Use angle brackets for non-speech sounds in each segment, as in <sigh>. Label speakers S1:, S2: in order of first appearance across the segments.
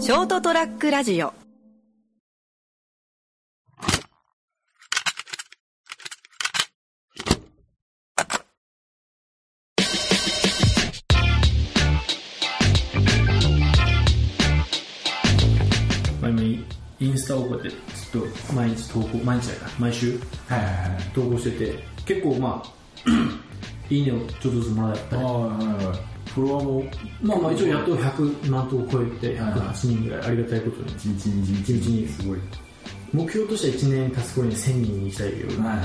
S1: ショートトラックラジオ
S2: まあ、今インスタをこうやってずっと毎日投稿毎日じゃないか毎週
S3: はいはいはい
S2: 投稿してて結構まあ <clears throat> いいねをちょっとずつもらったり
S3: はいはいフォロワーも
S2: まあまあ一応やっと100万頭超えて
S3: はいはい
S2: 108人ぐらいありがたいことに
S3: 一日に一
S2: 一日に
S3: すごい
S2: 目標としては1年達す頃には1000人に行きたいけど、
S3: はいはいはい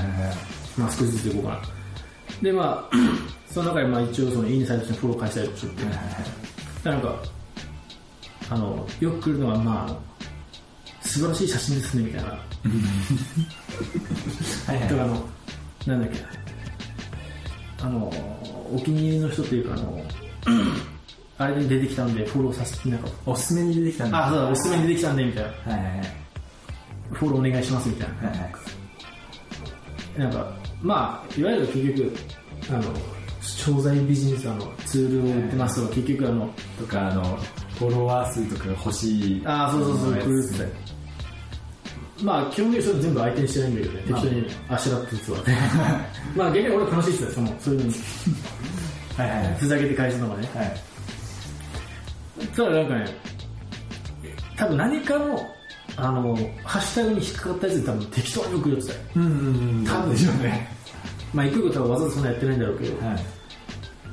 S2: まあ少しずついこうかなでまあ <clears throat> その中でまあ一応そのいいねサイトにフォロー返したりとかしてて、なんかあのよく来るのはまあ素晴らしい写真ですねみたいな
S3: はい
S2: だ
S3: はい
S2: か
S3: はい
S2: らあの、なんだっけ、あの、お気に入りの人というか、あの、 <clears throat> あれに出てきたんで、フォローさせて、なんか、
S3: おすすめに出てきたんだ
S2: あ、そうだ、おすすめに出てきたんで、みたいな、
S3: はいはいはい
S2: フォローお願いします、みたい
S3: はいはい
S2: な。なんか、まあ、いわゆる結局、あの、商材ビジネス、あの、ツールを売ってますとか、結局、あの、
S3: とかあのフォロワー数とかが欲しい
S2: あそうそうそう、
S3: やつ
S2: クルーズで。まあ、基本的にそれ全部相手にしてないんだけどね、適当にあしらって <laughs> つは。まあ、逆に俺楽しいっすよ、その、そういうのに。
S3: はいはいはい
S2: ふざけて返すのがね。
S3: はい
S2: ただなんかね、多分何かの、あの、ハッシュタグに引っかかったやつで多分適当に送るやつだよ。
S3: うんうんうん
S2: 多分
S3: でしょうね
S2: まあ、一個一個多分わざとそんなやってないんだろうけど、
S3: はい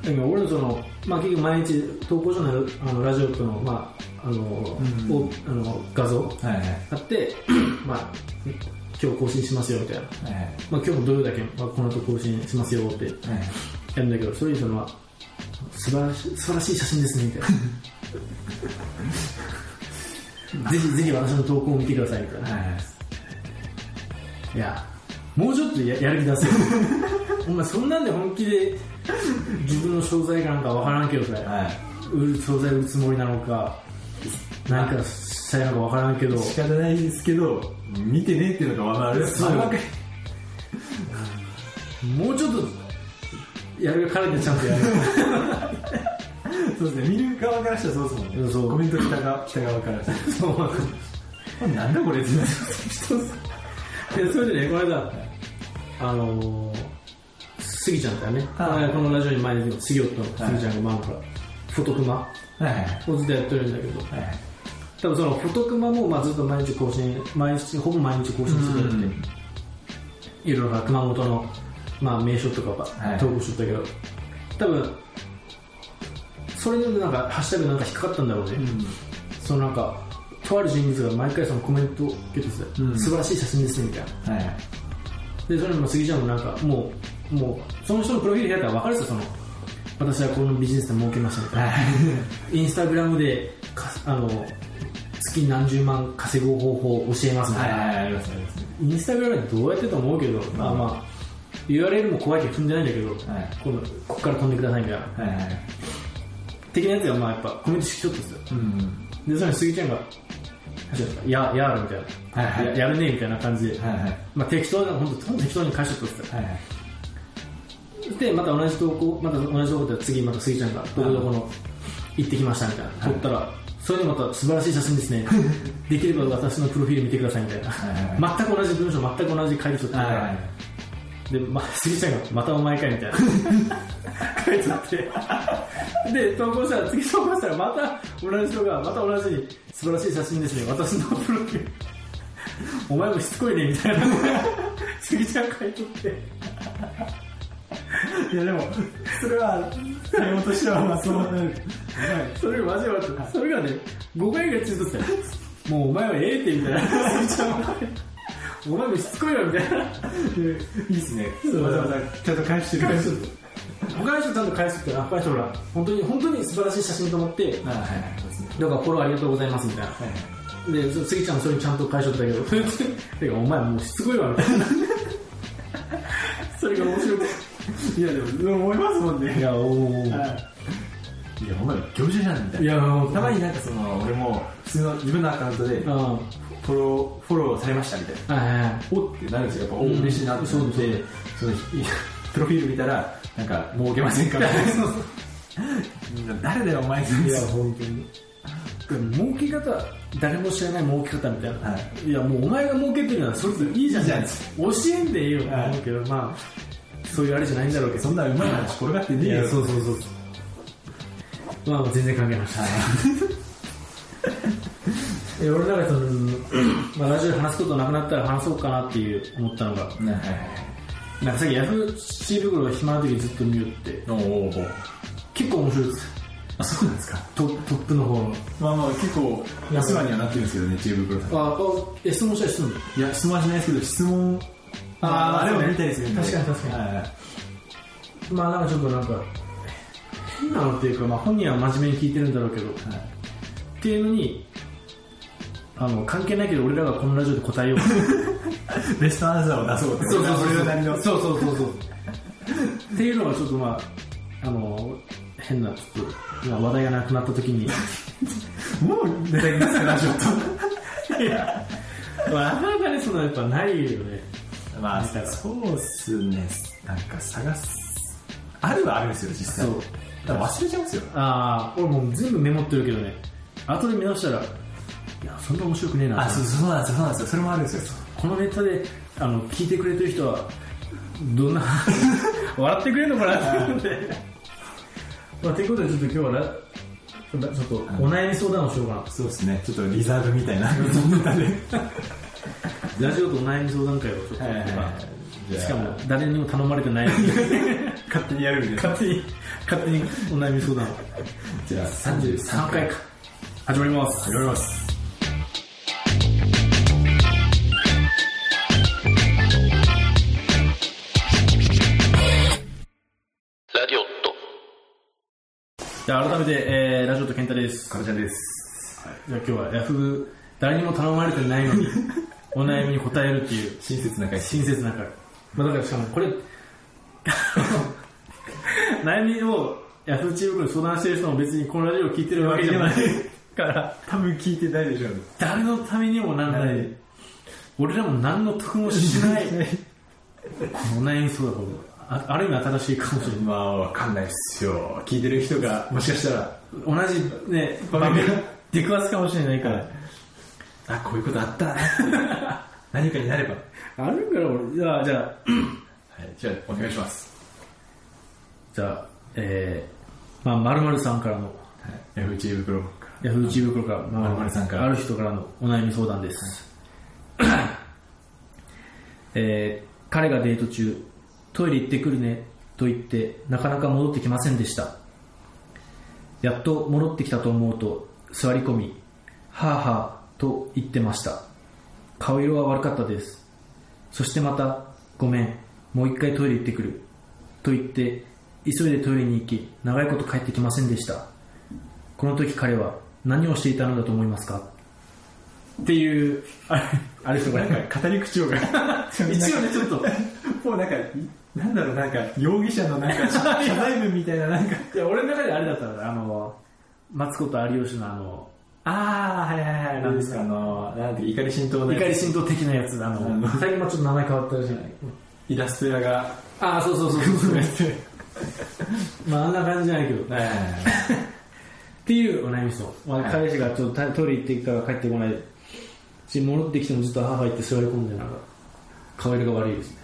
S2: でも俺のその、まあ結局毎日投稿所のあのラジオとの、まあ、あの、
S3: ん
S2: おあの画像
S3: はいはい
S2: あって、 <clears throat> まあ、今日更新しますよみたいな。
S3: はいはい
S2: まあ今日も土曜だけ、まあ、この後更新しますよってや
S3: はい
S2: るんだけど、そういうその、素晴らしい素晴らしい写真ですねみたい
S3: <laughs>
S2: な。ぜひぜひ私の投稿を見てくださいみたいな。
S3: はいはい
S2: いや、もうちょっとややる気出せ
S3: <laughs>
S2: よ。お前そんなんで本気で自分の商材かなんかわからんけどさ、
S3: はい
S2: 売る商材売るつもりなのか、なんかしたいのかわからんけど、
S3: 仕方ないですけど見てねえっていうのが分かる
S2: そう
S3: あわかる
S2: もうちょっとやるからにはちゃんとやる。
S3: そうですね見る側からしたらそうですもん
S2: う
S3: ね
S2: んそう
S3: コメント来た側来た側からしたらこれなんだこれってなる
S2: いやそれでね、この間、あのー、スギちゃんだよね、
S3: はい
S2: このラジオに前に出ても杉夫と
S3: はい
S2: 杉ちゃんが、まあ、ほら、フォトクマ
S3: はいはい
S2: をずっとやってるんだけど、
S3: はいはい
S2: 多分そのフォトクマもまあずっと毎日更新毎日ほぼ毎日更新してくれて、
S3: うん
S2: いろいろな熊本の、まあ、名所とか
S3: は
S2: はい投稿しとったけど、多分それになんかハッシュタグなんか引っかかったんだろうね、そのなんかとある人物が毎回そのコメントを受けてて、
S3: うん
S2: 素晴らしい写真ですねみたいな
S3: はいはい
S2: でそれも杉ちゃんもなんかもうもうその人のプロフィール開いたら分かるさその私はこのビジネスで儲けましたみたいなインスタグラムでかあの月何十万稼ぐ方法を教えますみた
S3: はいい
S2: な、
S3: はいありますあります
S2: インスタグラムでどうやってと思うけど、まあまあ URL も怖いけど踏んでないんだけど、
S3: はい
S2: このこっから飛んでくださいみたいな
S3: はいはい
S2: 的なやつがまあやっぱコメントしきとったんですよ
S3: うん
S2: でそれに杉ちゃんが「ややる」みたいな、
S3: はいはい
S2: ややるねみたいな感じで、
S3: はいはい
S2: まあ、適当な本当適当に返しとったんですよ
S3: はいはい
S2: でまた同じ投稿また同じ投稿で次また杉ちゃんがどこどこの行ってきましたみたいな撮ったらそれでまた素晴らしい写真です
S3: <laughs>
S2: ねできれば私のプロフィール見てくださいみたい
S3: はい
S2: な全く同じ文章全く同じ書いてとったか
S3: はい
S2: らで、ま、杉ちゃんがまたお前かいみ
S3: <laughs>
S2: たいな書いてあってで投稿したら次投稿したらまた同じ人がまた同じ素晴らしい写真ですね私のプロフィールお前もしつこいねみたい
S3: <laughs>
S2: な杉ちゃん書いとって
S3: いやでもそれは対応としてはまあそうなる
S2: それがマジで笑った。それがね、5回ぐらい中途したよ。もうお前はええってみた <laughs> いな。お前もしつこいわみたいな。
S3: いいっすねわざわざちゃんと返してる
S2: 返してる他の人ちゃんと返すってな、他の人ほら、本当に本当に素晴らしい写真と思って、だか
S3: はいはいはいそうですね
S2: らフォローありがとうございますみたい
S3: はいはい
S2: な。で、そ杉ちゃんもそれにちゃんと返しとったけど、そ <laughs> れでてかお前もうしつこいわみたいな。それが面白く
S3: いやでも思いますもんね
S2: て。いや、おー。
S3: はいいやお前業者じゃんみたい
S2: い
S3: な
S2: や、もう
S3: たまになんかその俺も普通の自分のアカウントで
S2: うん。は
S3: フォローフォローされましたみたいない
S2: はい。
S3: おってなるんですよやっぱお
S2: うん
S3: 嬉しいなって思って、そのいやプロフィール見たらなんか儲けませんかみたいな誰だよお前
S2: いや、本当に。でも儲け方誰も知らない儲け方みたいな、、
S3: はい
S2: やもうお前が儲けてるならそれぞれいいじゃん
S3: いいじゃん
S2: 教えんでいいよと
S3: はい
S2: 思うけど、まあそういうあれじゃないんだろうけど
S3: そんなうまい話転がってね
S2: い
S3: えよ
S2: やそうそうそうそうまあ全然関係ない話、え俺なんかその、まあ、ラジオで話すことなくなったら話そうかなっていう思ったのが
S3: ね
S2: なんかさっきヤフー知恵袋が暇な時にずっと見よって
S3: おお
S2: 結構面白いです
S3: あそうなんですか
S2: トトップの方の
S3: まあまあ結構お世話にはなってるんですけどね知恵袋さん
S2: ああえ質問したりするの
S3: いや質問はしないですけど質問
S2: あー
S3: あれ
S2: そう
S3: を
S2: ね
S3: 見たりするんで
S2: 確かに確かに
S3: はい
S2: まあなんかちょっとなんか変なのっていうか、まあ、本人は真面目に聞いてるんだろうけどっ
S3: はい
S2: ていうのにあの関係ないけど俺らがこのラジオで答えよう
S3: ベストアンサーを出 <laughs> そうって
S2: そ
S3: れなりの
S2: うそうそうそうっていうのがちょっとまああの変なちょっとまあ話題がなくなった時
S3: <laughs>
S2: に
S3: もう出てきますからちょっ
S2: いやまあなかなかねそのやっぱないよね
S3: とまあそうっすねなんか探すあるはあるんですよ実際
S2: そう
S3: ただ忘れちゃうんですよ
S2: ああ俺もう全部メモってるけどね後で見直したらいやそんな面白くねえな
S3: あそうそうそうなんですよそうなんですよそれもあるんですよ
S2: このネタであの聞いてくれてる人はどんな <laughs> 笑ってくれるのかなって思ってまあということでちょっと今日はラちょっとお悩み相談をしようか
S3: そうですねちょっとリザーブみたいなそんな歌で
S2: なラジオとお悩み相談会をちょっと、
S3: じゃあ
S2: しかも誰にも頼まれてない
S3: 勝手にやるみたいな
S2: 勝手に勝手にお悩み相談を
S3: じゃあ
S2: 33回か始まります
S3: 始まります
S1: ラディオット。
S2: じゃあ改めて、えーラジオと健太です
S3: かぼちゃんです
S2: じゃあ今日はヤフー誰にも頼まれてないのにお悩みに答えるっていう
S3: 親切な会
S2: 親切な会まあだからしかもこれ悩みをヤフーチームに相談してる人も別にこのラジオを聞いてるわけじゃないから
S3: 多分聞いてないでしょうね
S2: 誰のためにもなんない、
S3: はい
S2: 俺らも何の得もしないこの悩みそうだあある意味新しいかもしれない
S3: まあわかんないっすよ聞いてる人がもしかしたら
S2: 同じね場面が出くわすかもしれないから
S3: あこういうことあ <laughs> ったな何かになればは
S2: あるから俺じゃあじゃあ
S3: いじゃあお願いします
S2: じゃあ、えー、まあ、まるまるさんからの、
S3: ヤフー知恵袋
S2: ヤフー知恵袋から、ま
S3: 〇〇さんから
S2: ある人からのお悩み相談です。えー彼がデート中、トイレ行ってくるねと言って、なかなか戻ってきませんでした。やっと戻ってきたと思うと、座り込み、はあはあと言ってました。顔色は悪かったです。そしてまた、ごめん、もう一回トイレ行ってくる。と言って、急いでトイレに行き、長いこと帰ってきませんでした。この時彼は何をしていたのだと思いますかっていう、あれ、あれ人が
S3: なんか語り口調が <laughs> 一応
S2: <laughs> 一応ね、ちょっと。
S3: もうなんかなんだろうなんか容疑者の <laughs> なんか謝罪文みたいななんか
S2: いや、俺の中であれだったから、あの、マツコと有吉のあの、
S3: ああはいはいはいなんですかあのなんて怒り浸透の
S2: 怒り浸透的なやつ、あの、最近もちょっと名前変わってるじゃない。
S3: イラスト屋が
S2: ああ、そうそうそうそう。 <laughs> まあ、あんな感じじゃないけど。っていうお悩みですよ。まあ、彼氏がちょっとトイレ行ってから帰ってこないし、戻ってきてもずっと母行って座り込んで、なんか、顔色が悪いですね。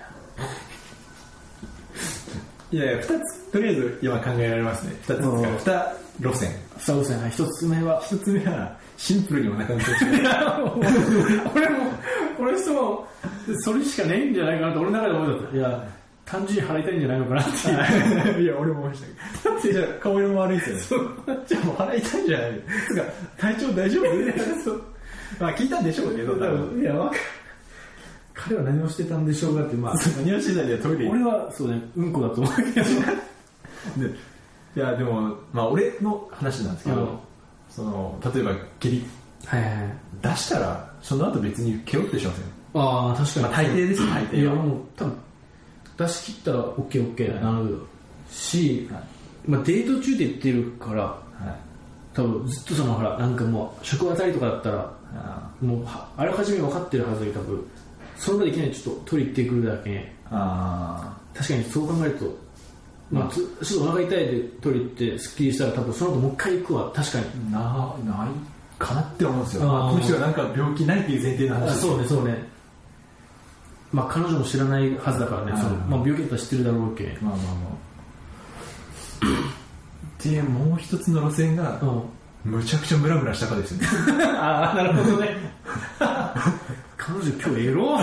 S3: いやいや2つとりあえず今考えられますね2つか2路線
S2: さあ、さん、一つ目 <laughs> は、
S3: 1つ目はシンプルにお腹の調子 <laughs> が
S2: 俺も、俺の人も、それしかねえんじゃないかなって、俺の中で思うだった。いや、単純に払いたいんじゃないのかなっていう。
S3: いや、俺も思いましたけど。じゃあ、顔色も悪いですよね。じゃあ、もう払いたいんじゃないつか、体調大丈夫 <laughs> そう。まあ、聞いたんでしょうけど、多分。
S2: いや、わか彼は何をしてたんでしょうかって、まあ、
S3: 何をしてたんだよ、トイレ
S2: 俺は、そうね、うんこだと思うけど。
S3: でいや、でも、まあ、俺の話なんですけど、
S2: うん
S3: その、例えば、蹴り
S2: はいはいはい。
S3: 出したら、その後別に蹴ろうってしません。
S2: ああ、確かに。
S3: まあ、大抵ですよ、大
S2: い
S3: 抵
S2: や、
S3: は。
S2: もう、多分出し切ったら OKOK
S3: はい
S2: なるし、
S3: はい
S2: まあ、デート中で言ってるから、
S3: はい
S2: 多分ずっとその、ほら、なんかもう、食渡りとかだったら、
S3: あ
S2: もうはあらかじめ分かってるはずだけど多分それまでいきなりちょっと取り行ってくるだけね
S3: ーあ
S2: 確かにそう考えると、まあ、つちょっとお腹痛いで取り行ってすっきりしたら多分その後もう一回行くわ確かに
S3: ー、な、ないかなって思うんですよ。
S2: あー
S3: まあ、この人がなんか病気ないっていう前提の
S2: あ
S3: 話です。
S2: そうねそうねまあ彼女も知らないはずだからね、
S3: うん
S2: そのまあ、病気だったら知ってるだろうけ
S3: まあまあまあ。で、もう一つの路線が
S2: う、ん
S3: むちゃくちゃムラムラしたかですよね。
S2: ああなるほどね <laughs> 彼女今日エロ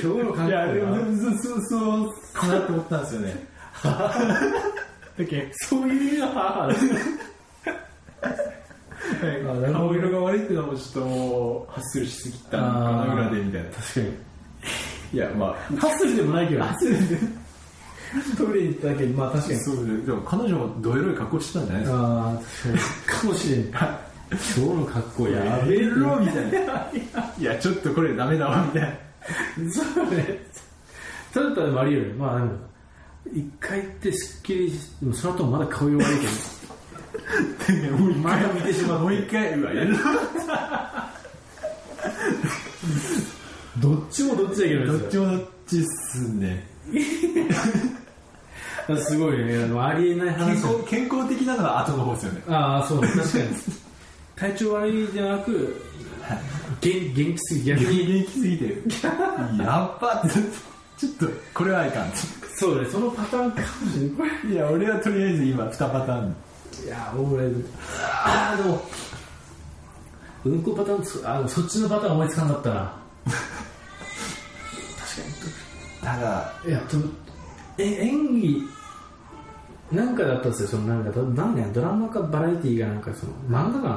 S2: 今日の感
S3: い
S2: じ
S3: や、でも、そう、そう、そう、かなと思ったんですよね。
S2: だっけそういう意味の母だなるほど
S3: 顔色が悪いってのもちょっともう、ハッスルしすぎた
S2: あー
S3: 裏でみたいな。
S2: 確かに
S3: いや、まあ、
S2: ハッスルでもないけどハッスルでトイレに行っただけにまあ確かに
S3: そうで、でも彼女もどエロい格好してたんじゃないですか。
S2: ああ確かにかもしれん今日の格好やべえ
S3: エロみたいな。いや、ちょっとこれダメだわ、みたいな。
S2: そうね。ただったらマリより、まあでも、一回行ってすっきりし、でもその後もまだ顔色悪いけ <laughs>
S3: もう一
S2: 回見てしまう
S3: もう一回、うわ、エロ
S2: ど、どっちもどっちだけど
S3: どっちもどっちっすね。
S2: も。すごいね、あのありえない
S3: 健
S2: 話だ。
S3: 康、健康的なのは後の方ですよね。
S2: ああ、そう、確かに。体調悪いじゃなく、元元気すぎ、逆
S3: 逆に
S2: に。
S3: 元気すぎて、やっばって、ちょっと、これはいかんって。
S2: そうね、そのパターンかもしれないこ
S3: いや、俺はとりあえず今、2パターン。
S2: れ。いや、俺、ああ、でも、うんこパターンつ、あの、そっちのパターン思いつかなかったな。確かに。
S3: ただ、
S2: いやとえ演技なんかだったんですよそのなんかどなんだよドラマかバラエティーがなんかその漫画か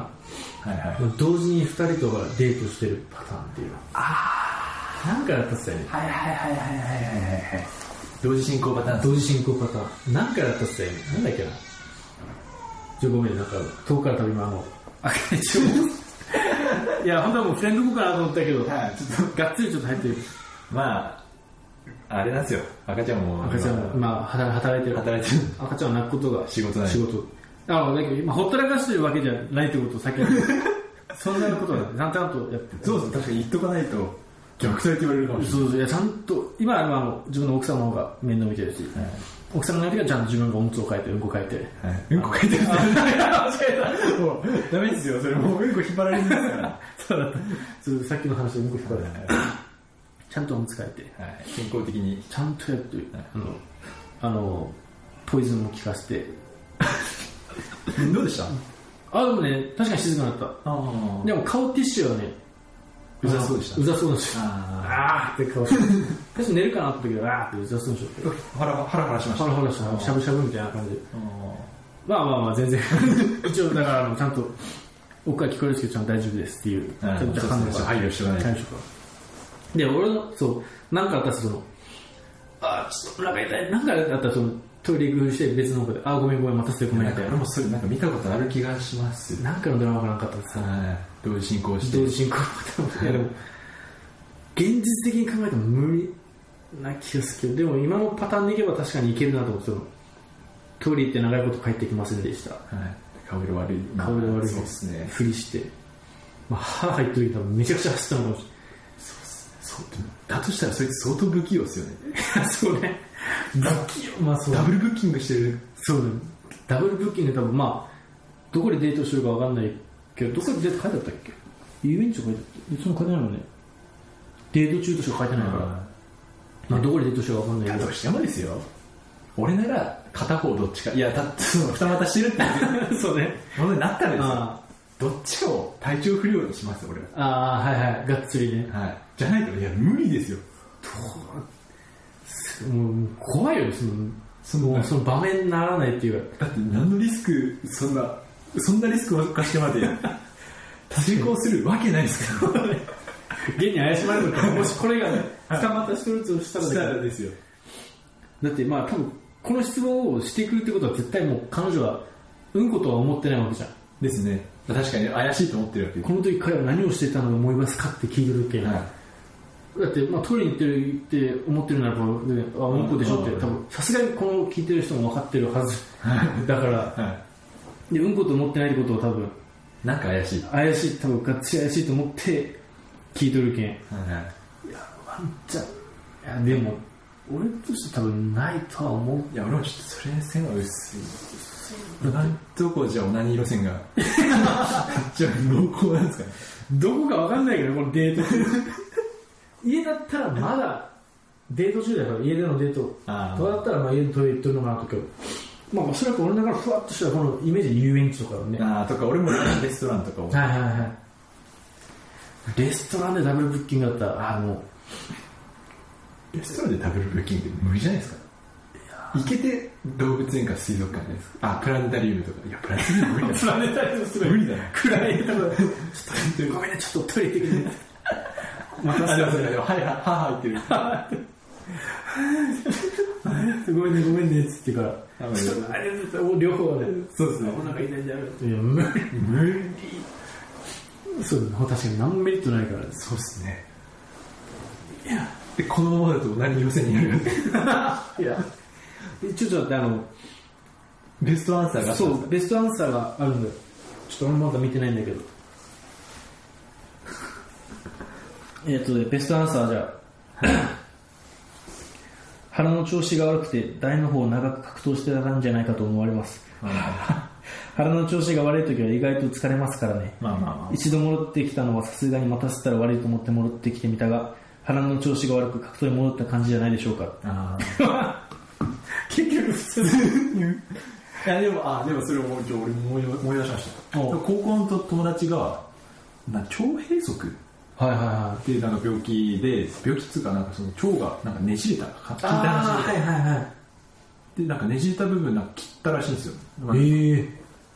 S3: はいはい。
S2: な同時に2人とかデートしてるパターンっていうのなんかだったっすよね
S3: はいはいはいはいはいはいはい。同時進行パターン。
S2: 同時進行パターンなんかだったっすよねなんだっけなちょごめんなんか遠くから旅今あのあちょ <laughs> いや本当はもうフレンド語かなと思ったけど、
S3: はい、ちょっ
S2: がっつりちょっと入ってる
S3: と、まあ、あれなんですよ。赤ちゃんも、
S2: 赤ちゃんもまあ働働いてる
S3: 働いてる。
S2: 赤ちゃんを泣くことが
S3: 仕事ない
S2: 仕事あだけど、まあ、ほったらかしてるわけじゃないってことを先に <laughs> そんなことはなんとなくやって
S3: そうですね、確かに言っとかないと、虐待って言われるかもしれない。
S2: そうそういやちゃんと今はまあもう自分の奥様の方が面倒見てるし、奥様の時はちゃんと自分がおむつを変えてうんこ変えて
S3: はいうんこ書いてる。もう、ダメですよ、それもう、うんこ引っ張られるんですから。
S2: <laughs> そうだそうさっきの話でうんこ引っ張られてちゃんとおむつ変えて
S3: はい、健康的に。
S2: ちゃんとやってる
S3: はい
S2: あのあのポイズンも効かせて
S3: どうでしたあ
S2: あでもね確かに静かになった
S3: あ
S2: でも顔ティッシュはね
S3: うざそうでした
S2: うざそうなんですよ
S3: あ
S2: あーって顔して <laughs> 私寝るかなって時はあーって雑にしちゃって
S3: あ。ハラハラハラしまし
S2: ハ
S3: た。
S2: ラハラしたしゃぶしゃぶみたいな感じで
S3: あ
S2: まあまあまあ全然 <laughs> 一応だからあのちゃんと奥から聞こえるんですけどちゃんと大丈夫ですっていうち
S3: あ
S2: ゃんと判断して
S3: 配慮しておかないと
S2: 対処からで俺のそうなんかあったらそのあーちょっとお腹痛いなんかあったらそのトイレ行くふりして別の方であーごめんごめん待たせてごめん
S3: なん
S2: み
S3: か
S2: たい
S3: 俺
S2: な
S3: もそれなんか見たことある気がします。
S2: なんかのドラマがなんかあったんですよ
S3: はい。同時進行して。
S2: 同時進行パターンいやでも現実的に考えても無理な気がするけどでも今のパターンでいけば確かにいけるなと思ってそのトイレ行って長いこと帰ってきませんでした
S3: はい。顔色悪い。
S2: 顔色悪い
S3: そうですね。
S2: ふりして、まあ、歯入ってる時多分めちゃくちゃ走ったのかもし
S3: そうだとしたらそいつ相当不器用ですよね。
S2: れないそうねダまあそう
S3: ダブルブッキングしてる。
S2: そうねダブルブッキング多分まあどこでデートしてるかわかんないけどどこでデート書いてあったっけ遊園地とか書いてあったその書いてないもんねデート中としか書いてないから、まあ、どこでデートしてるかわかんない
S3: あ
S2: けど
S3: としてもですよ。俺なら片方どっちか。いや、だって <laughs> その二股してるっ
S2: <laughs>
S3: て
S2: そうね。
S3: ものになったらですよ。
S2: あ
S3: どっちかを体調不良にします、俺は。
S2: ーあー、はいはい。がっつりね。
S3: はい。じゃないと、いや、無理ですよ。
S2: もう怖いよね、その、
S3: そ
S2: も
S3: の
S2: う、その場面にならないっていうか。
S3: だって何のリスク、そんな、そんなリスクを犯してまで、成功するわけないですから。
S2: 現に怪しまれるから、もしこれがね、捕まった人物をしたら
S3: した
S2: だ
S3: ら
S2: けど
S3: ですよ。
S2: だってまあ多分、この質問をしてくるってことは絶対もう彼女は、うんことは思ってないわけじゃん。
S3: ですね。確かに怪しいと思ってるわけで
S2: この時彼は何をしてたのを思いますかって聞いてるけん、
S3: は
S2: だって、まあ、トイレに行ってるって思ってるなら、このねあ、うんこでしょって、
S3: うん
S2: 多分、さすがにこの聞いてる人も分かってるはず。だから、
S3: い。は
S2: で、うんこと思ってないってことを多分、
S3: い。なんか怪しい。
S2: 怪しい多分ガッチ怪しいと思って聞いとるけん
S3: はい。
S2: じゃいやでも俺として多分ないとは思う。
S3: いや、俺もちょっとそれ線は薄い。今んとこじゃあ何色線 <laughs> が。じゃあ濃厚なんですかね。
S2: どこかわかんないけど、このデート。 <laughs> 家だったらまだ、デート中だから、家でのデート。
S3: あ
S2: どうだったらまあ家のトイレ行ってるのかなとか。まあおそらく俺の中のふわっとしたこのイメージ遊園地とかのね。は
S3: あーとか、俺もレストランとかを。
S2: いはいはい。レストランでダブルブッキングだったら、ああもう、
S3: レストランで食べるブッキングって無理じゃないですか行けて動物園か水族館じゃないですかあプラネタリウムとかいやプラネタリウ
S2: プラネタリ
S3: ム無理だ
S2: ウムすごい
S3: 無理だな
S2: 暗いところ、ちょっとごめんね、ちょっとトイレ行ってくる。また
S3: あでもそれでもはいは母言ってる
S2: ごめんね、ごめんね、っつってから。ちょっとあれ両方ね。
S3: そうですね
S2: お腹痛いんじゃいや、無理。
S3: 無理
S2: そう、確かに何もメリットないからです。
S3: そうですねでこのままだと何寄せになる
S2: いや、ちょっと待って、あの、
S3: ベストアンサーがあった
S2: そ
S3: んです
S2: う、ベストアンサーがあるんだよ。ちょっと俺もまだ見てないんだけど。 <laughs> えっとね、ベストアンサーじゃあ。 <laughs> 腹の調子が悪くて、台の方を長く格闘してたんじゃないかと思われ <laughs> ます。
S3: かあ
S2: 腹の調子が悪い時は意外と疲れますからね。
S3: ーまあまあま
S2: 一度戻ってきたのはさすがに待たせたら悪いと思って戻ってきてみたが、腹の調子が悪く格闘に戻った感じじゃないでしょうか。
S3: ああ
S2: 結局 <laughs> 普
S3: ーいやでもあーでもそれ思い俺思い思い出しました
S2: お
S3: 高校の友達がな腸閉塞
S2: はいはいは
S3: でなんか病気で病気っつうかなんかその腸がなんかねじれた聞いた
S2: い。
S3: 話で
S2: いはいは
S3: でなんかねじれた部分なんか切ったらしいんですよ、まあ
S2: え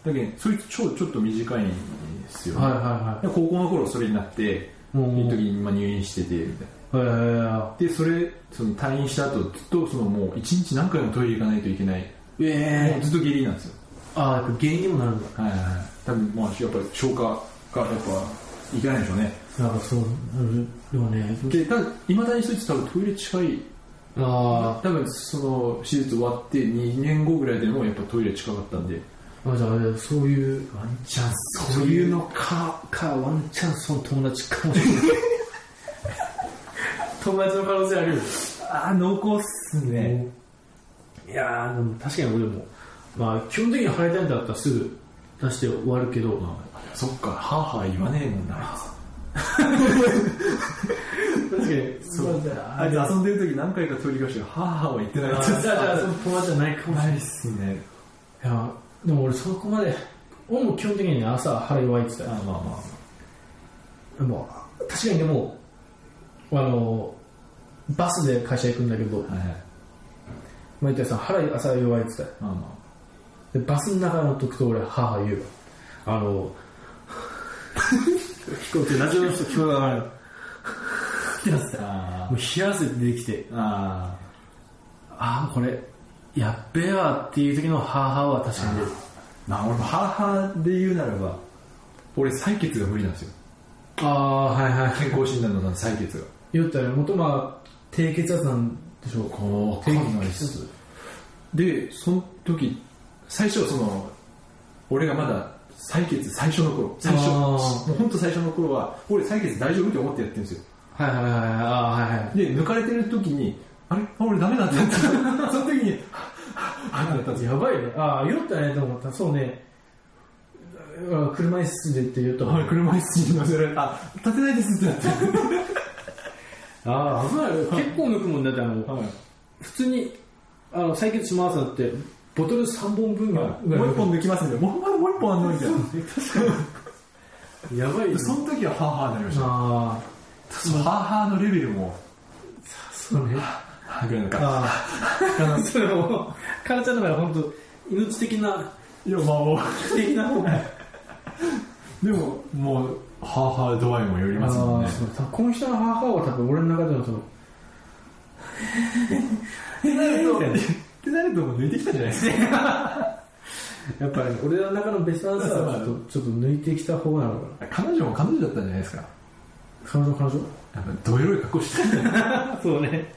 S3: だけどそいつ腸ちょっと短いんですよ、
S2: はいはい
S3: で高校の頃それになって
S2: うんうん
S3: いい時にまあ入院しててみたいな
S2: はい。
S3: でそれその退院した後ずっとそのもう一日何回もトイレ行かないといけない、
S2: ええ
S3: もうずっと下痢なんですよ
S2: ああ、やっぱ原因にもなるんだ。
S3: はいはいはい多分まあやっぱり消化がやっぱいかないでしょうね
S2: なんかそう、でもね。
S3: でいまだにそいつ多分トイレ近い
S2: あ
S3: 多分その手術終わって2年後ぐらいでもやっぱトイレ近かったんで
S2: あ、じゃああれそういう、
S3: ワンチャンス
S2: そういうのか、か、ワンチャンスの友達かも <laughs> しれない。友達の可能性あるよ。
S3: ああ濃厚っすね
S2: いやーでも確かに俺も、まあ、基本的に腹痛いんだったらすぐ出して終わるけど、
S3: そっかはあはあ言わねえもんな
S2: 確かにそう
S3: あいつ遊んでる時何回か通り越してはあはあは言ってなか
S2: あ
S3: っ
S2: じゃ
S3: た
S2: あじゃあその友達じゃないかもしれない
S3: いっすね
S2: いやでも俺そこまで俺も基本的にね朝腹弱いって言って
S3: あ
S2: た
S3: まあま
S2: でも確かにでもあのバスで会社行くんだけど
S3: あはいはい
S2: 森田さん腹朝弱いって言って
S3: まあま
S2: たでバスの中の時と俺母言うわあの聞こえてラジオの人聞こえがないってなってた
S3: あ
S2: もう冷や汗出てきて
S3: あ <laughs> あ
S2: ああこれやっべえわっていう時の母は確かに出る
S3: あまあ俺もはあはあで言うならば俺採血が無理なんですよ
S2: ああはいはい
S3: 健康診断の採血が
S2: 言ったら元まあ低血圧なんでしょうか
S3: こう
S2: 低
S3: わかんないっ
S2: 血
S3: す
S2: 圧
S3: でその時最初その俺がまだ採血最初の頃最初
S2: あー
S3: もう本当最初の頃は俺採血大丈夫って思ってやってるんですよ
S2: はいはいはいはいあーはいはい
S3: で抜かれてる時にあれあ俺ダメだってなったその時にあってなったんですよ
S2: やばいねああ酔ったねと思ったそうねあ車椅子でって言うと
S3: あれ車椅子に乗せられたあ立てないですってなって
S2: ああ危ない結構抜くもんだってあの普通にあの採血しますだってボトル3本分ぐらい
S3: はいもう一本抜きますんでもうまだもう一本あんのみたいな
S2: やばいね
S3: その時はハーハーになりました
S2: あ
S3: そのハーハーのレベルも
S2: あそうね
S3: ハーぐらいのか
S2: ああ、それも、カルチャーだから本当、命的な、
S3: いやまあもう
S2: 的な方が。
S3: でももうハーハー度合いもよりますもんね
S2: <laughs> あーそう多分この人の母は多分俺の中でのその、
S3: ってなるとってなるともう抜いてきたじゃないですか
S2: やっぱり、俺の中のベストアンサーはちょっ
S3: そう
S2: とちょっと抜いてきた方なのかな。
S3: 彼女も彼女だったんじゃないですか
S2: 彼女彼女
S3: やっぱどエロい格好してたんだ
S2: <laughs> そうね。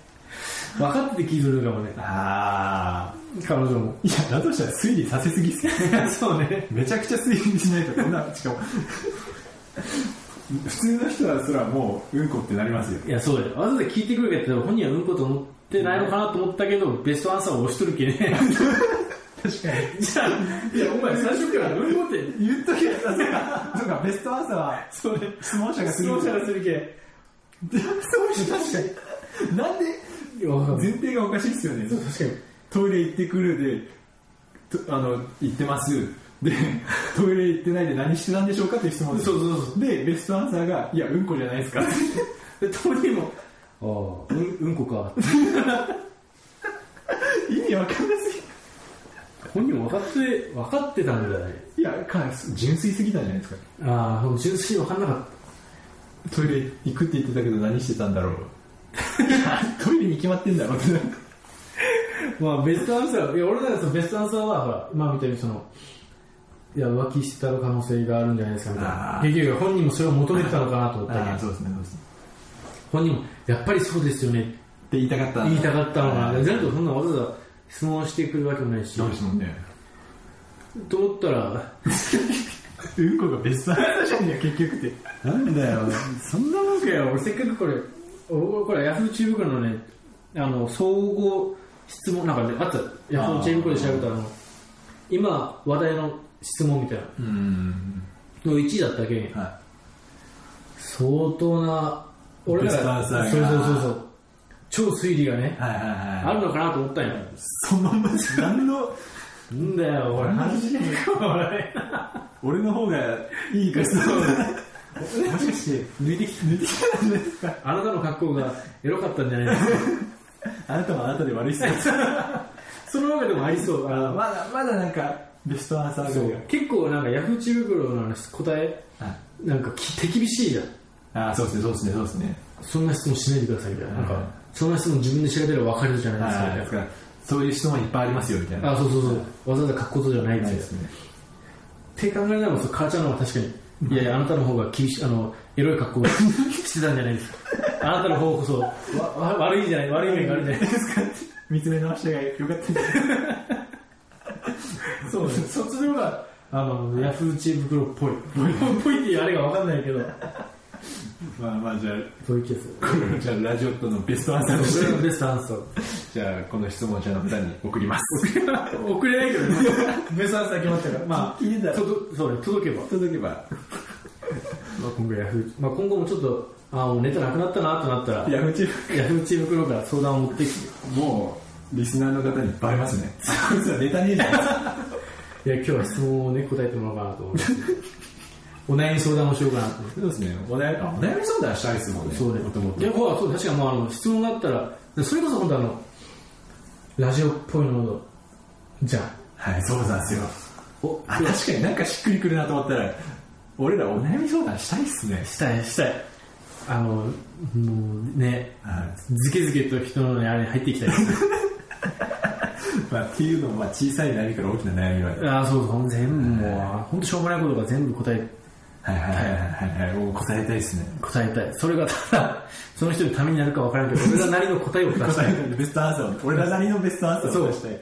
S2: 分かってて聞いてるかもね、
S3: ああ
S2: 彼女も。
S3: いやだとしたら推理させすぎっすよ
S2: <laughs> そうね。
S3: めちゃくちゃ推理しないとこんなしかも普通の人はそれはもううんこってなりますよ
S2: いや、そうだよ。わざわざ聞いてくるかって言ったら本人はうんこと思ってないのかなと思ったけど、ベストアンサーを押しとるけね。
S3: 確かに。
S2: じゃあ、いや、お前最初からどういうことやねん
S3: 言っとけばさ、そうかそうか、ベストアンサーは、
S2: それ、
S3: 質問者がす
S2: 質
S3: る。
S2: 問者がするけ。
S3: そう確かに。なんで、
S2: いや、わかんない
S3: 前提がおかしいですよね。
S2: 確かに。
S3: トイレ行ってくるで、とあの、行ってます。で、 <laughs> トイレ行ってないで何してたんでしょうかっていう質問です。
S2: そうそうそ
S3: で、ベストアンサーが、いや、うんこじゃないですか。 <laughs>
S2: う。で、トニーも、ああ、うん、うんこか。
S3: 意味わかんなすぎる
S2: 本人も分かって、分かってたんじゃない
S3: いや、か純粋すぎたんじゃないですか。
S2: ああ、でも純粋に分かんなかっ
S3: トイレ行くって言ってたけど何してたんだろう。いや <laughs> トイレに決まってんだろうって。
S2: た。まあ、ベストアンサー、いや、俺らそのベストアンサーは、ほら、今みたいにその、いや、浮気してた可能性があるんじゃないですかみたい
S3: あ
S2: な。
S3: あ
S2: 結局、本人もそれを求めてたのかなと思ったけど
S3: そうですね、そうですね。
S2: 本人も、やっぱりそうですよね、
S3: って言いたかった
S2: 言いたかったの
S3: は
S2: が、
S3: い
S2: 全部そんなわざわざ質問してくるわけもないし
S3: <laughs> そう、ですもんね。
S2: と思ったら、
S3: うんこがベストアンサーじゃんや、結局って。
S1: なんだよ、そんなもん
S2: いや、俺せっかくこれ、俺これヤフーチューブクのね、あの、総合質問、なんかね、あった、ヤフーチューブクで調べたらあの、今話題の質問みたいな、
S3: うん。
S2: の1位だったけん、
S3: は
S2: 相当な、俺
S3: ベストア
S2: ら
S3: ンサーが
S2: そうそうそうそう、超推理がね
S3: い。、はいはいはい。
S2: あるのかなと思ったんよ。
S3: そのまま、何の、
S2: んだよ、俺、マジで。俺
S3: 俺の方がいいか、そうもしかして、抜いてき、抜いてきたんですか
S2: <laughs> あなたの格好がエロかったんじゃないですか。
S3: あなたもあなたで悪いっすよ。
S2: その中でもありそう。あの
S3: <laughs> まだ、まだなんか、ベストアンサー
S2: そ
S3: ぐ
S2: う
S3: らい
S2: 結構なんかヤフーチューブクロのあの答え、
S3: が。はい
S2: なんかき手厳しいじゃん。
S3: ああ、そうですね、そうですね、そうですね。
S2: そんな質問しないでくださいみたいな。なん
S3: はい
S2: か、そんな質問自分で調べれば分かるじゃないですか
S3: はい、
S2: み
S3: だ
S2: た
S3: か
S2: い
S3: ら、そういう質問いっぱいありますよ、みたい
S2: な。
S3: な。
S2: あ、そうそうそう。わざわざ書くことじゃない
S3: ない
S2: で
S3: ですす
S2: よ。
S3: ね。
S2: って考えながらも、そう母ちゃんの方が確かに、いやいや、あなたの方が厳しい、あの、エロい格好をしてたんじゃない <laughs> ですか。あなたの方こそ、わわ悪いじゃない、悪い面があるじゃないですか。
S3: 見つめ直したがよかったんじゃない
S2: そう
S3: <laughs>
S2: です。そっちの方が、あの、ヤフーチーブクロっぽい。 <laughs> っぽいっていうあれが分かんない <laughs> けど、
S3: まあまあ、じゃあ、
S2: そういうケース。
S3: これじゃあ、ラジオットのベストアンサーと
S2: そ
S3: し
S2: れ
S3: て、
S2: がベストアンサー。
S3: じゃあ、この質問者の方に送ります。 <laughs>
S2: 送れないけどね、ベストアンサー決まったから。ま
S3: 聞いてた
S2: あ、届そうね、届けば。
S3: 届け <laughs> ば、
S2: まあ、今後ヤフー、まあ、今後もちょっと、あもうネタなくなったなとなったら、
S3: ヤフーチー
S2: ヤフーチームクローから相談を持ってき
S3: ム、もう、リスナーの方にバレますね。 <laughs> こいつはネタねえじゃん。
S2: て、いや、今日は質問をね、答えてもらおうかなと <laughs> 思って、お悩み相談をしようかなと思って。
S3: そうですね。お悩み、あお悩み相談したいですもんね。
S2: そうね、
S3: もともと
S2: い。や、ほら、そう、確かもう、あの、質問があったら、それこそ本当あの、ラジオっぽいのを、じゃ
S3: はい、そうなんですよ。
S2: あ、お、
S3: あ、確かになんかしっくりくるなと思ったら、俺らお悩み相談したいっすね。
S2: したい、したい。あの、もうね、
S3: はい。
S2: ズケズケと人のね、あれに入っていきたいです。 <laughs>
S3: まあ、っていうのも、まあ、小さい悩みから大きな悩みまで。
S2: ああ、そうそう、全部もう、本当しょうもないことが全部答え
S3: はいはいはいはいはい。もう答えたいっすね。
S2: 答えたい。それがただ、その人のためになるか分からん <laughs> けど、俺らなりの答えを出した
S3: 答え
S2: い。
S3: たい。ベストアンサーを。俺らなりのベストアンサーを出したい。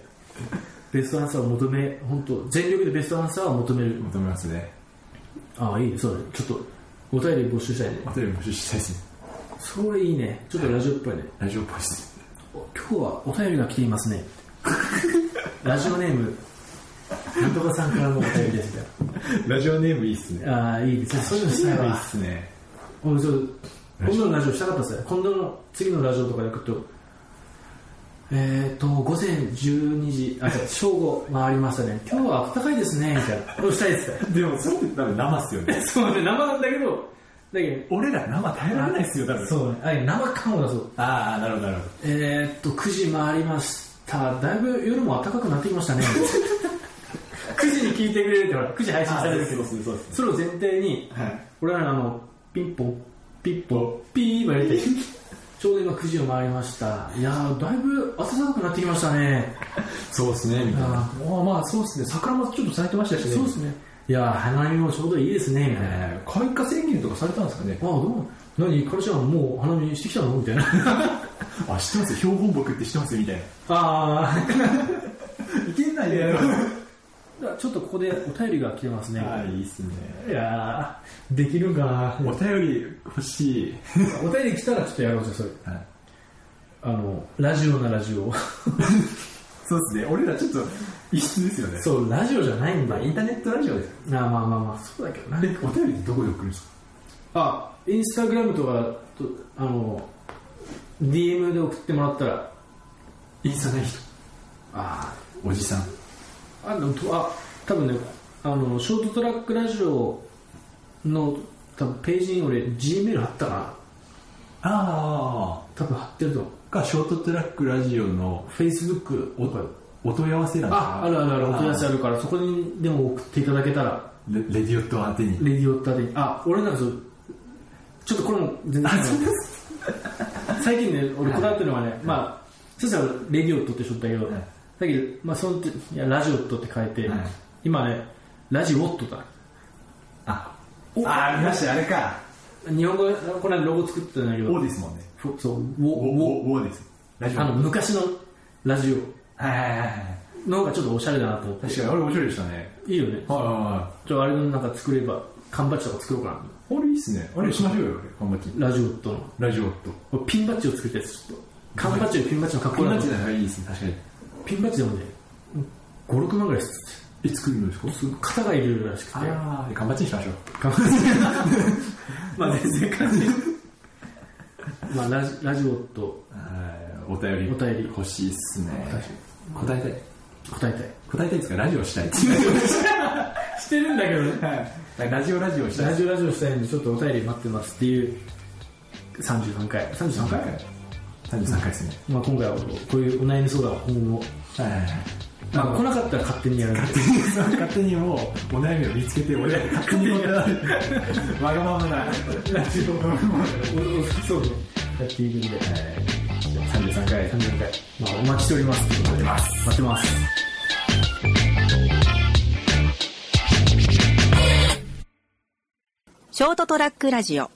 S2: ベストアンサーを求め、本当全力でベストアンサーを求める。
S3: 求めますね。
S2: ああ、いいね、そうだね。ちょっと、お便り募集したいね。
S3: お便り募集したいっすね。
S2: それいいね。ちょっとラジオっぽいね。
S3: ラジオっぽいっすね。
S2: お今日はお便りが来ています <laughs> ね。ラジオネーム、なんとかさんからのお便りですみ
S3: ラジオネームいいっす
S2: た
S3: ね。
S2: いな。ああ、いいですね。そういうのし
S3: い
S2: た
S3: い
S2: い
S3: っ
S2: わ。
S3: すね。
S2: 俺、そう、今度のラジオしたかったっすね。今度の、次のラジオとかで行くと、えーと、午前12時、あ、違う正午回りましたね。今日は暖かいですね、みたいな。これしたいですね。
S3: でも、それって多分生っすよね。
S2: <laughs> そうね、生なんだけど、だけ
S3: 俺ら生耐えられないっすよ、多
S2: ど、
S3: 分。
S2: そうね、あ生感を出そう。
S3: ああ、なるほどなるほど。
S2: えー、っと、9時回りました。だいぶ夜も暖かくなってきま <laughs> したね。9時に聞いてくれるってほら、9時配信されるけど、
S3: ね、そうですね。
S2: それを前提に、
S3: はい。
S2: 俺らのあの、ピンポ、ピッポ、ピーまで <laughs> 入れて、ちょうど今9時を回りました。いやー、だいぶ暖かくなってきましたね。
S3: そうですね、みたいな
S2: あ。
S3: もうまあ、そうですね。桜もちょっと咲いてましたしね。
S2: そうですね。いやー、花見もちょうどいいですね、みたいな。あ
S3: えー開花宣言とかされたんですかね
S2: あ、どう何カルちゃんもう花見してきたのみたいな。 <laughs>
S3: あ、知ってます標本木って知ってますみたいな。
S2: あー。<laughs>
S3: <laughs> いけないね。
S2: じゃあちょっとここでお便りが来てますね。
S3: はい、いいっすね。
S2: い、やー、でき <laughs> るんかな。
S3: お便り欲しい。
S2: お便り来たらちょっとやろうぜ、それ。
S3: はい。
S2: あの、ラジオなラジ <laughs> オ。
S3: そうですね。俺らちょっと異質ですよね。
S2: そう、ラジオじゃないんだ
S3: まあ
S2: よ。
S3: インターネットラジオです。
S2: あまあまあまあ、そうだけどな
S3: で、。お便りってどこで送るんですか
S2: あ、インスタグラムとか、とあの、DM で送ってもらったら、
S3: インスタない人。
S2: あ
S3: おじさん。
S2: あ、でもとあ、多分ね、あの、ショートトラックラジオの、多分ページに俺、G メール貼ったかな。
S3: あ
S2: 多分貼ってると思う。
S3: あ。か、ショートトラックラジオの
S2: Facebook とか。
S3: お問い合わせ欄
S2: あ、あるあるある、お問い合わせあ
S3: る。
S2: るから、そこにでも送っていただけたら、
S3: レレディオットアンテニ。
S2: レディオッタで、あ、俺なんかそうちょっとこれも全然最近ね、俺こだわってるのはね、まあ、そしたらレディオットってしょったけど、
S3: はい
S2: だけど、まあ、その時いやラジオットって変えて、
S3: はい
S2: 今ね、ラジオットだ。
S3: あ、
S2: お
S3: あー、見ました、あれか。
S2: 日本語、この間ロゴ作ってたんだけど、
S3: おですもんね。
S2: ふそう、
S3: お、
S2: お、お、
S3: お、おです。ラジオ。
S2: あの、
S3: はい
S2: 昔のラジオ
S3: はいはいはい。
S2: の方がちょっとおしゃれだなと思って、
S3: 確かに、あれ面白いでしたね。
S2: いいよね。
S3: はいは
S2: ちょ、あれのなんか作れば、缶バッジとか作ろうかな。
S3: いはい。あれいいっすね。あれしましょうよ、頑張って。
S2: ラジオットの。
S3: ラジオット。
S2: これピンバッジを作ったやつ、ちょっと。缶バッジよりピンバッジの格好
S3: こん
S2: な
S3: な
S2: の
S3: 時。代がいいですね、確かに。
S2: ピンバッジでもね、5、6万ぐらいです。
S3: え、作るんですか
S2: 肩がいるらしくて。
S3: ああ、頑張ってしましょう。
S2: <laughs> まあ全然感じる。まあラジラジオと
S3: お便り。
S2: お便り
S3: 欲しいっすね。答えたい。
S2: 答えたい。
S3: 答えたいですかラジオしたいって。
S2: してるんだけどね。
S3: はい。 <laughs> ラジオラジオしたい
S2: ラ。ジオラジオしたいんでちょっとお便り待ってますっていう33回。33回、
S3: 33回ですね。
S2: まあ今回はこういうお悩み相談は今後、
S3: はいはいはい。
S2: まあ来なかったら勝手にやるんで。
S3: 勝手にもう、お悩みを見つけて、俺らが勝手 <laughs> に答える。わがままな。ラジオ。
S2: おお <laughs> そうね。やっていくんで。
S3: 33回。
S2: 33回。まあお待ちしております。待ってます。待ってます。
S4: ショートトラックラジオ